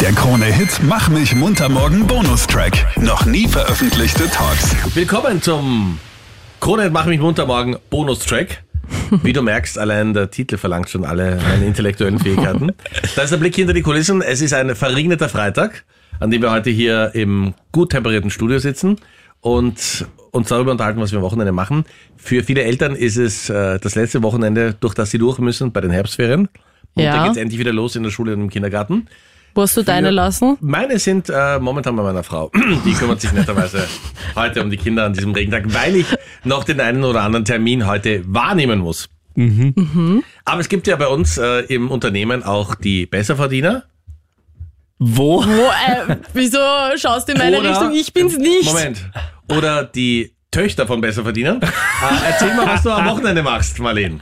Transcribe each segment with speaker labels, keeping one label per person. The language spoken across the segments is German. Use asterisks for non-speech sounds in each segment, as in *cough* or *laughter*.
Speaker 1: Der Krone-Hit Mach mich munter morgen Bonustrack. Noch nie veröffentlichte Talks.
Speaker 2: Willkommen zum Krone Mach mich munter morgen Bonustrack. Wie du merkst, allein der Titel verlangt schon alle meine intellektuellen Fähigkeiten. Da ist der Blick hinter die Kulissen. Es ist ein verregneter Freitag, an dem wir heute hier im gut temperierten Studio sitzen und uns darüber unterhalten, was wir am Wochenende machen. Für viele Eltern ist es äh, das letzte Wochenende, durch das sie durch müssen bei den Herbstferien. Und
Speaker 3: Ja.
Speaker 2: dann geht's endlich wieder los in der Schule und im Kindergarten.
Speaker 3: Wo hast du deine lassen?
Speaker 2: Meine sind äh, momentan bei meiner Frau. *clears throat* Die kümmert sich netterweise heute um die Kinder an diesem Regentag, weil ich noch den einen oder anderen Termin heute wahrnehmen muss.
Speaker 4: Mhm.
Speaker 2: Mhm. Aber es gibt ja bei uns äh, im Unternehmen auch die Besserverdiener.
Speaker 4: Wo?
Speaker 3: *laughs* Wo, äh, wieso schaust du in meine
Speaker 2: Oder-
Speaker 3: Richtung? Ich bin's nicht.
Speaker 2: Moment. Oder die Töchter von
Speaker 4: *laughs*
Speaker 2: Besserverdienern. Äh, erzähl mal, was du am Wochenende machst, Marleen.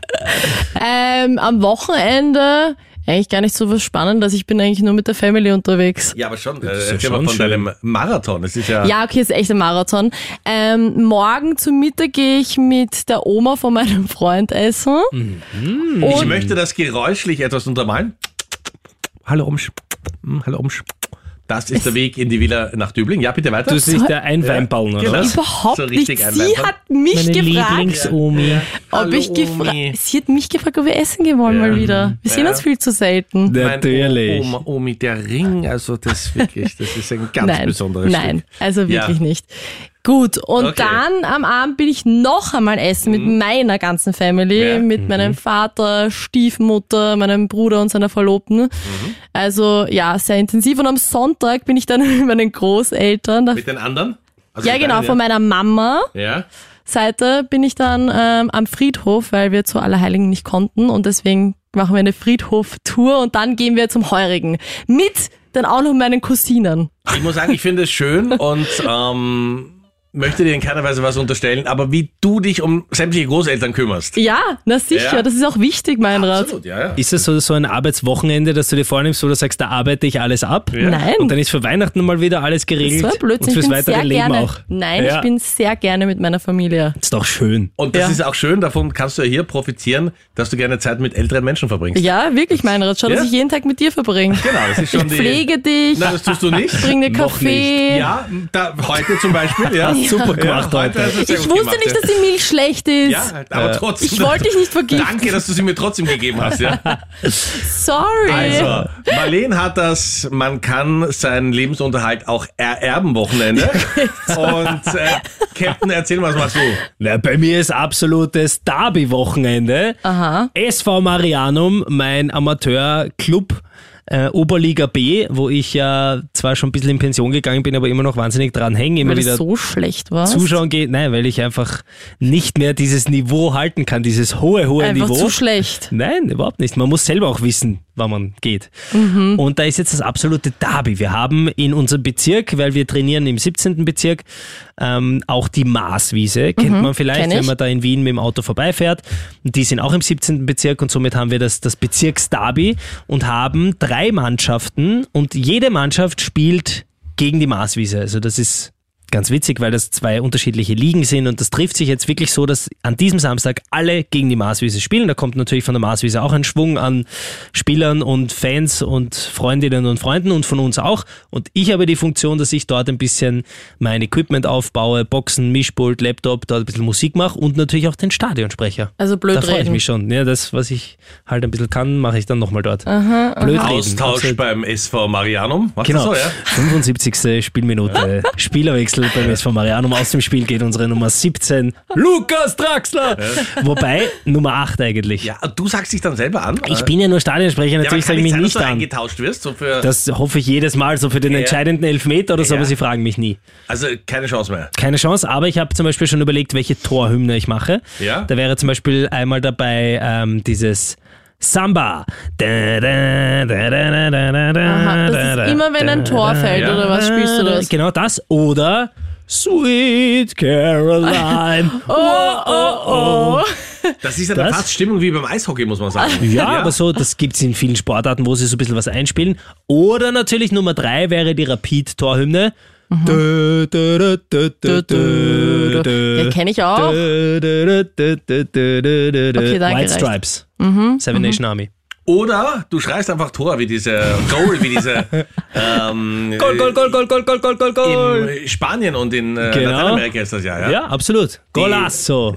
Speaker 3: Ähm, am Wochenende eigentlich gar nicht so was Spannendes. Ich bin eigentlich nur mit der Family unterwegs.
Speaker 2: Ja, aber schon. Äh,
Speaker 4: ist ja
Speaker 2: erzähl mal
Speaker 4: schon
Speaker 2: von
Speaker 4: schön.
Speaker 2: deinem Marathon. Es ist ja,
Speaker 3: Ja, okay, ist echt ein Marathon. Ähm, morgen zum Mittag gehe ich mit der Oma von meinem Freund essen.
Speaker 2: Mhm. Ich möchte das geräuschlich etwas untermalen. Hallo Umsch. Hm, Hallo Umsch. Das ist der Weg in die Villa nach Dübling. Ja, bitte weiter.
Speaker 4: Du bist nicht der Einweinballen, oder?
Speaker 2: Genau.
Speaker 4: was?
Speaker 3: Überhaupt
Speaker 2: So
Speaker 3: nicht.
Speaker 2: richtig
Speaker 3: Sie
Speaker 2: einleiten.
Speaker 3: hat mich
Speaker 4: Meine
Speaker 3: gefragt,
Speaker 4: Lieblingsomi.
Speaker 3: ob ich
Speaker 2: Hallo, Omi.
Speaker 3: gefragt. Sie hat mich gefragt, ob wir essen gehen wollen
Speaker 2: Ja.
Speaker 3: mal wieder. Wir sehen
Speaker 2: Ja.
Speaker 3: uns viel zu selten.
Speaker 2: Mein
Speaker 4: Natürlich.
Speaker 2: Oma, Omi, der Ring, also das wirklich, das ist ein ganz
Speaker 3: nein,
Speaker 2: besonderes
Speaker 3: Nein,
Speaker 2: Stück.
Speaker 3: also wirklich
Speaker 2: Ja.
Speaker 3: nicht. Gut, und
Speaker 2: Okay. Mhm.
Speaker 3: dann am Abend bin ich noch einmal essen mit meiner ganzen Family,
Speaker 2: Ja. Mhm.
Speaker 3: mit meinem Vater, Stiefmutter, meinem Bruder und seiner Verlobten.
Speaker 2: Mhm.
Speaker 3: Also ja, sehr intensiv. Und am Sonntag bin ich dann *laughs* mit meinen Großeltern. Da,
Speaker 2: Mit den anderen? Also
Speaker 3: ja,
Speaker 2: mit
Speaker 3: genau,
Speaker 2: deinen,
Speaker 3: von meiner Mama.
Speaker 2: Ja.
Speaker 3: Seite bin ich dann ähm, am Friedhof, weil wir zu Allerheiligen nicht konnten und deswegen machen wir eine Friedhof-Tour und dann gehen wir zum Heurigen mit dann auch noch meinen Cousinen.
Speaker 2: Ich muss sagen, ich finde es schön und ähm, möchte dir in keiner Weise was unterstellen, aber wie du dich um sämtliche Großeltern kümmerst.
Speaker 3: Ja, na sicher,
Speaker 2: Ja.
Speaker 3: das ist auch wichtig, Meinrad.
Speaker 2: Absolut, ja, ja.
Speaker 4: Ist es so, so ein Arbeitswochenende, dass du dir vornimmst, wo du sagst, da arbeite ich alles ab?
Speaker 3: Nein.
Speaker 4: Und dann ist für Weihnachten mal wieder alles geregelt.
Speaker 3: So ein Blödsinn.
Speaker 4: Und
Speaker 3: Ich
Speaker 4: fürs
Speaker 3: bin
Speaker 4: weitere
Speaker 3: sehr
Speaker 4: Leben
Speaker 3: gerne.
Speaker 4: auch.
Speaker 3: Nein,
Speaker 4: ja.
Speaker 3: ich bin sehr gerne mit meiner Familie.
Speaker 4: Ist doch schön.
Speaker 2: Und das
Speaker 3: Ja.
Speaker 2: ist auch schön, davon kannst du ja hier profitieren, dass du gerne Zeit mit älteren Menschen verbringst.
Speaker 3: Ja, wirklich, Meinrad. Schau,
Speaker 2: Ja?
Speaker 3: dass ich jeden Tag mit dir verbringe.
Speaker 2: Genau, das ist
Speaker 3: Ich
Speaker 2: schon
Speaker 3: *laughs*
Speaker 2: die...
Speaker 3: pflege dich,
Speaker 2: Nein, das tust du nicht.
Speaker 3: bring dir
Speaker 4: noch
Speaker 3: Kaffee.
Speaker 2: Ja, da, heute zum Beispiel, ja.
Speaker 4: Hast super gemacht heute.
Speaker 2: hast du sehr
Speaker 3: Ich
Speaker 2: gut
Speaker 3: wusste
Speaker 2: gemacht,
Speaker 3: nicht,
Speaker 2: ja.
Speaker 3: dass die Milch schlecht ist.
Speaker 2: Ja, halt aber trotzdem.
Speaker 3: Ich wollte dich nicht vergiften.
Speaker 2: Danke, dass du sie mir trotzdem gegeben hast,
Speaker 4: *laughs*
Speaker 2: ja.
Speaker 3: Sorry.
Speaker 2: Also, Marleen hat das, man kann seinen Lebensunterhalt auch ererben Wochenende. Und äh, Captain, erzähl mal, was machst du?
Speaker 4: Na, bei mir ist absolutes Derby-Wochenende.
Speaker 3: Aha.
Speaker 4: SV Marianum, mein Amateurclub. Äh, Oberliga B, wo ich ja zwar schon ein bisschen in Pension gegangen bin, aber immer noch wahnsinnig dran hänge, immer
Speaker 3: Weil
Speaker 4: wieder
Speaker 3: es so schlecht war.
Speaker 4: zuschauen geht. Nein, weil ich einfach nicht mehr dieses Niveau halten kann, dieses hohe, hohe
Speaker 3: Einfach
Speaker 4: Niveau.
Speaker 3: zu schlecht.
Speaker 4: Nein, überhaupt nicht. Man muss selber auch wissen, wann man geht.
Speaker 3: Mhm.
Speaker 4: Und da ist jetzt das absolute Derby. Wir haben in unserem Bezirk, weil wir trainieren im 17. Bezirk, ähm, auch die Maßwiese. Kennt man vielleicht,
Speaker 3: Mhm. kenn ich.
Speaker 4: wenn man da in Wien mit dem Auto vorbeifährt. Und die sind auch im 17. Bezirk und somit haben wir das, das Bezirksderby und haben drei Mannschaften und jede Mannschaft spielt gegen die Maßwiese. Also das ist ganz witzig, weil das zwei unterschiedliche Ligen sind und das trifft sich jetzt wirklich so, dass an diesem Samstag alle gegen die Maßwiese spielen. Da kommt natürlich von der Maßwiese auch ein Schwung an Spielern und Fans und Freundinnen und Freunden und von uns auch. Und ich habe die Funktion, dass ich dort ein bisschen mein Equipment aufbaue, Boxen, Mischpult, Laptop, dort ein bisschen Musik mache und natürlich auch den Stadionsprecher.
Speaker 3: Also blöd
Speaker 4: da freue ich
Speaker 3: reden.
Speaker 4: mich schon. Ja, das, was ich halt ein bisschen kann, mache ich dann nochmal dort. Blöd reden. Also
Speaker 2: Austausch beim SV Marianum. Machst du
Speaker 4: Genau.
Speaker 2: so, ja?
Speaker 4: 75. Spielminute. Spielerwechsel beim SV Marianum. Aus dem Spiel geht unsere Nummer 17. Lukas Draxler! Wobei Nummer 8 eigentlich.
Speaker 2: Ja, du sagst dich dann selber an. äh,
Speaker 4: Ich bin ja nur Stadionsprecher,
Speaker 2: ja, aber
Speaker 4: natürlich
Speaker 2: kann
Speaker 4: sage ich
Speaker 2: nicht
Speaker 4: mich
Speaker 2: sein,
Speaker 4: nicht
Speaker 2: dass du
Speaker 4: an.
Speaker 2: eingetauscht wirst. So für,
Speaker 4: Das hoffe ich jedes Mal, so für den
Speaker 2: Ja.
Speaker 4: entscheidenden Elfmeter oder so,
Speaker 2: Ja.
Speaker 4: aber sie fragen mich nie.
Speaker 2: also keine Chance mehr.
Speaker 4: Keine Chance, aber ich habe zum Beispiel schon überlegt, welche Torhymne ich mache.
Speaker 2: Ja.
Speaker 4: Da wäre zum Beispiel einmal dabei ähm, dieses Samba. Da, da, da, da, da, da, da, da,
Speaker 3: Aha, das
Speaker 4: da,
Speaker 3: ist immer, wenn ein
Speaker 4: da,
Speaker 3: Tor
Speaker 4: da,
Speaker 3: fällt
Speaker 2: ja.
Speaker 3: oder was, spielst du das?
Speaker 4: Genau das. Oder
Speaker 3: *laughs*
Speaker 4: Sweet Caroline. oh, oh, oh.
Speaker 2: Das ist ja dann
Speaker 4: Das-
Speaker 2: fast Stimmung wie beim Eishockey, muss man sagen.
Speaker 4: Ja, aber so, das gibt's in vielen Sportarten, wo sie so ein bisschen was einspielen. Oder natürlich Nummer drei wäre die Rapid-Torhymne.
Speaker 3: Mhm.
Speaker 4: Dö, dö, dö, dö, dö, dö, dö.
Speaker 3: Ja, kenne ich auch.
Speaker 4: Dö, dö, dö, dö, dö, dö, dö, dö.
Speaker 3: Okay, danke,
Speaker 4: White
Speaker 3: reicht. Mhm.
Speaker 4: Stripes. Seven Nation Army.
Speaker 2: Oder du schreist einfach Tor wie diese Goal, wie
Speaker 4: *laughs*
Speaker 2: diese ähm,
Speaker 4: Goal, Goal, Goal, Goal, Goal, Goal, Goal, Goal, Goal.
Speaker 2: in Spanien und in äh,
Speaker 4: Genau.
Speaker 2: Lateinamerika ist das ja, ja.
Speaker 4: Ja, absolut. Golasso.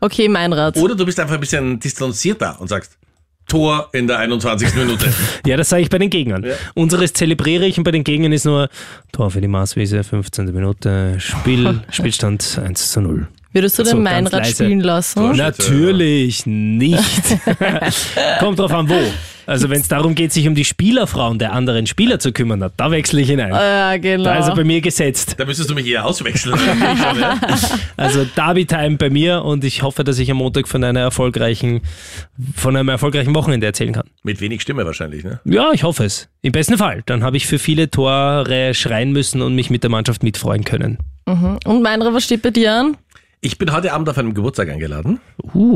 Speaker 3: Okay, mein Rat.
Speaker 2: Oder du bist einfach ein bisschen distanzierter und sagst Tor in der 21.
Speaker 4: *laughs*
Speaker 2: Minute.
Speaker 4: Ja, das sage ich bei den Gegnern. Unseres zelebriere ich und bei den Gegnern ist nur Tor für die Maßwiese, 15. Minute, *laughs* Spiel, Spielstand 1 zu 0.
Speaker 3: Würdest du
Speaker 4: so,
Speaker 3: denn
Speaker 4: ganz
Speaker 3: mein Rat
Speaker 4: leise.
Speaker 3: spielen lassen?
Speaker 2: Torschütze,
Speaker 4: Natürlich nicht. *laughs* Kommt drauf an, wo. Also wenn es darum geht, sich um die Spielerfrauen der anderen Spieler zu kümmern, na, da wechsle ich hinein.
Speaker 3: Ja, genau.
Speaker 4: Da ist er bei mir gesetzt.
Speaker 2: Da müsstest du mich eher auswechseln.
Speaker 4: *laughs*
Speaker 2: Ich schon, ja.
Speaker 4: Also Derby-Time bei mir und ich hoffe, dass ich am Montag von einer erfolgreichen, von einem erfolgreichen Wochenende erzählen kann.
Speaker 2: Mit wenig Stimme wahrscheinlich, ne?
Speaker 4: Ja, ich hoffe es. Im besten Fall. Dann habe ich für viele Tore schreien müssen und mich mit der Mannschaft mitfreuen können.
Speaker 3: Und mein Rat, was steht bei dir an?
Speaker 2: Ich bin heute Abend auf einem Geburtstag eingeladen.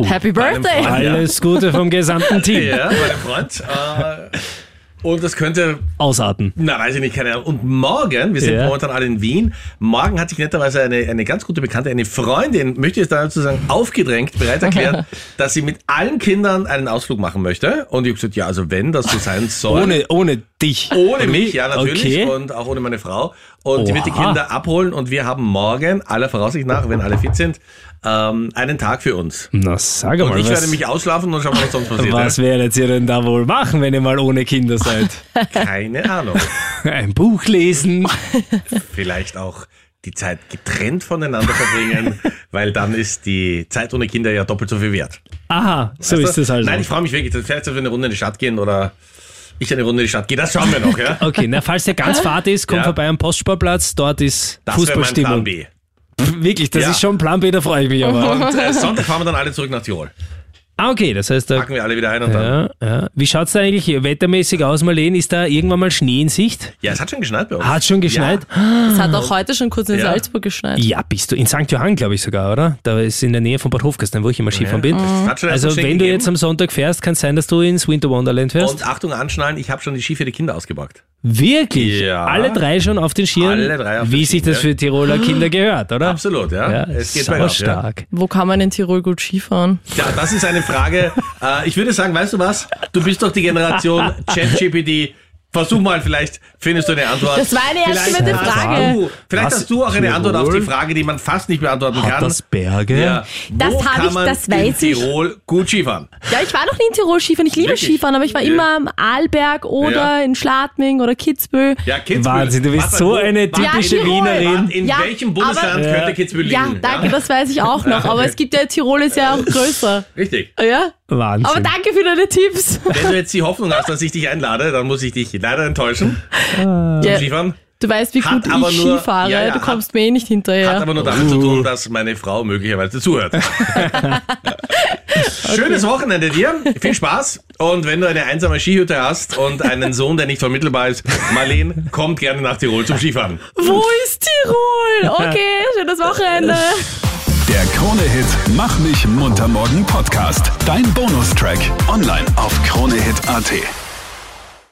Speaker 3: Happy Birthday!
Speaker 2: Freund.
Speaker 4: Alles Gute vom gesamten Team.
Speaker 2: Ja, bei einem Freund. Äh, *laughs* und das könnte,
Speaker 4: Ausarten.
Speaker 2: na weiß ich nicht, keine Ahnung. Und morgen, wir sind
Speaker 4: Ja.
Speaker 2: momentan alle in Wien, morgen hat sich netterweise eine, eine ganz gute Bekannte, eine Freundin, möchte ich jetzt dazu sagen, aufgedrängt, bereit
Speaker 4: *laughs*
Speaker 2: erklärt, dass sie mit allen Kindern einen Ausflug machen möchte. Und ich habe gesagt, ja, also wenn das so
Speaker 4: *laughs*
Speaker 2: sein soll.
Speaker 4: Ohne, ohne dich.
Speaker 2: Ohne mich, ja natürlich.
Speaker 4: Okay.
Speaker 2: Und auch ohne meine Frau. Und die wird die
Speaker 4: Oha.
Speaker 2: Kinder abholen und wir haben morgen, aller Voraussicht nach, wenn alle fit sind, ähm, einen Tag für uns.
Speaker 4: Na, sag
Speaker 2: Und
Speaker 4: mal,
Speaker 2: ich werde
Speaker 4: was,
Speaker 2: mich ausschlafen und schauen, was sonst passiert.
Speaker 4: was werdet ihr denn da wohl machen, wenn ihr mal ohne Kinder seid?
Speaker 2: *laughs* Keine Ahnung.
Speaker 4: Ein Buch lesen.
Speaker 2: Vielleicht auch die Zeit getrennt voneinander
Speaker 4: *laughs*
Speaker 2: verbringen, weil dann ist die Zeit ohne Kinder ja doppelt so viel wert.
Speaker 4: Aha, so ist es also.
Speaker 2: Nein, ich freue mich wirklich. Vielleicht dass wir eine Runde in die Stadt gehen oder ich eine Runde in die Stadt gehe. Das schauen wir noch,
Speaker 4: *laughs*
Speaker 2: ja?
Speaker 4: Okay, na, falls der ganz fad ist, kommt
Speaker 2: Ja.
Speaker 4: vorbei am Postsportplatz, dort ist
Speaker 2: Das wäre mein Plan
Speaker 4: Fußballstimmung.
Speaker 2: B.
Speaker 4: Pff, Wirklich, das
Speaker 2: Ja.
Speaker 4: ist schon Plan B, da freue ich mich aber.
Speaker 2: Und äh, Sonntag fahren wir dann alle zurück nach Tirol.
Speaker 4: Ah, okay, das heißt, da,
Speaker 2: Packen wir alle wieder ein und dann.
Speaker 4: ja, ja. wie schaut's da eigentlich wettermäßig aus, Marleen? Ist da irgendwann mal Schnee in Sicht?
Speaker 2: Ja, es hat schon geschneit bei uns.
Speaker 4: Hat schon geschneit?
Speaker 3: Es hat auch heute schon kurz in
Speaker 2: Mhm. Ja.
Speaker 3: Salzburg geschneit.
Speaker 4: Ja, bist du. In St. Johann, glaube ich sogar, oder? Da ist in der Nähe von Bad Hofgasten, wo ich immer Skifahren bin.
Speaker 2: Es hat schon erst
Speaker 4: Also,
Speaker 2: ein Schenken
Speaker 4: wenn du
Speaker 2: Mhm. gegeben.
Speaker 4: jetzt am Sonntag fährst, kann es sein, dass du ins Winter Wonderland fährst.
Speaker 2: Und Achtung, anschnallen, ich habe schon die Ski für die Kinder ausgepackt.
Speaker 4: Wirklich?
Speaker 2: Ja.
Speaker 4: Alle drei schon auf den Skiern?
Speaker 2: Alle drei auf den
Speaker 4: Wie sich das für Tiroler Kinder gehört, oder?
Speaker 2: Absolut, ja.
Speaker 4: Ja,
Speaker 2: es geht
Speaker 4: sau
Speaker 2: bergauf, ja.
Speaker 4: stark.
Speaker 3: Wo kann man in Tirol gut Skifahren?
Speaker 2: ja, das ist eine Frage. äh, ich würde sagen, weißt du was? Du bist doch die
Speaker 3: *laughs*
Speaker 2: Generation ChatGPT. Versuch mal, vielleicht findest du eine Antwort.
Speaker 3: Das war eine
Speaker 2: vielleicht
Speaker 3: erste
Speaker 2: hast
Speaker 3: Frage.
Speaker 2: Du, vielleicht
Speaker 4: Was
Speaker 2: hast du auch eine
Speaker 4: Tirol?
Speaker 2: Antwort auf die Frage, die man fast nicht beantworten
Speaker 4: Hat
Speaker 2: kann.
Speaker 4: das Berge?
Speaker 2: ja.
Speaker 3: Das
Speaker 2: Wo
Speaker 3: hab
Speaker 2: kann
Speaker 3: ich,
Speaker 2: man
Speaker 3: das
Speaker 2: in
Speaker 3: weiß ich.
Speaker 2: Tirol gut Skifahren.
Speaker 3: Ja, ich war noch nie in Tirol Skifahren. Ich liebe
Speaker 2: Wirklich?
Speaker 3: Skifahren, aber ich war
Speaker 2: Ja.
Speaker 3: immer am Arlberg oder
Speaker 2: Ja.
Speaker 3: in Schladming oder Kitzbühel.
Speaker 2: Ja, Kitzbühel.
Speaker 4: Wahnsinn, du bist
Speaker 2: Warte,
Speaker 4: so
Speaker 2: wo-
Speaker 4: eine
Speaker 2: warte,
Speaker 4: typische
Speaker 3: Ja, Tirol.
Speaker 2: Warte,
Speaker 4: Wienerin.
Speaker 2: In
Speaker 3: Ja,
Speaker 2: welchem
Speaker 3: aber-
Speaker 2: Bundesland
Speaker 4: Ja.
Speaker 2: könnte Kitzbühel
Speaker 3: Ja,
Speaker 2: liegen?
Speaker 3: danke,
Speaker 2: Ja?
Speaker 3: das weiß
Speaker 2: *laughs*
Speaker 3: ich auch noch. Aber es gibt ja, Tirol ist ja auch größer.
Speaker 2: Richtig.
Speaker 3: Ja?
Speaker 4: Wahnsinn.
Speaker 3: Aber danke für deine Tipps.
Speaker 2: Wenn du jetzt die Hoffnung hast, dass ich dich einlade, dann muss ich dich leider enttäuschen.
Speaker 4: Ah.
Speaker 3: Ja,
Speaker 2: Skifahren
Speaker 3: du weißt, wie
Speaker 2: Hat
Speaker 3: gut
Speaker 2: aber
Speaker 3: ich
Speaker 2: nur-
Speaker 3: Ski fahre.
Speaker 2: Ja, ja,
Speaker 3: du
Speaker 2: hat-
Speaker 3: kommst mir eh nicht
Speaker 2: hat
Speaker 3: hinterher.
Speaker 2: aber nur damit zu tun, dass meine Frau möglicherweise zuhört. Schönes Wochenende dir, viel Spaß und wenn du eine einsame Skihütte hast und einen Sohn, der nicht vermittelbar ist, Marleen, kommt gerne nach Tirol zum Skifahren.
Speaker 3: Wo ist
Speaker 2: *laughs*
Speaker 3: Tirol? Okay, schönes Wochenende.
Speaker 1: Der Krone-Hit Mach mich munter morgen Podcast. Dein Bonustrack. Online auf kronehit.at.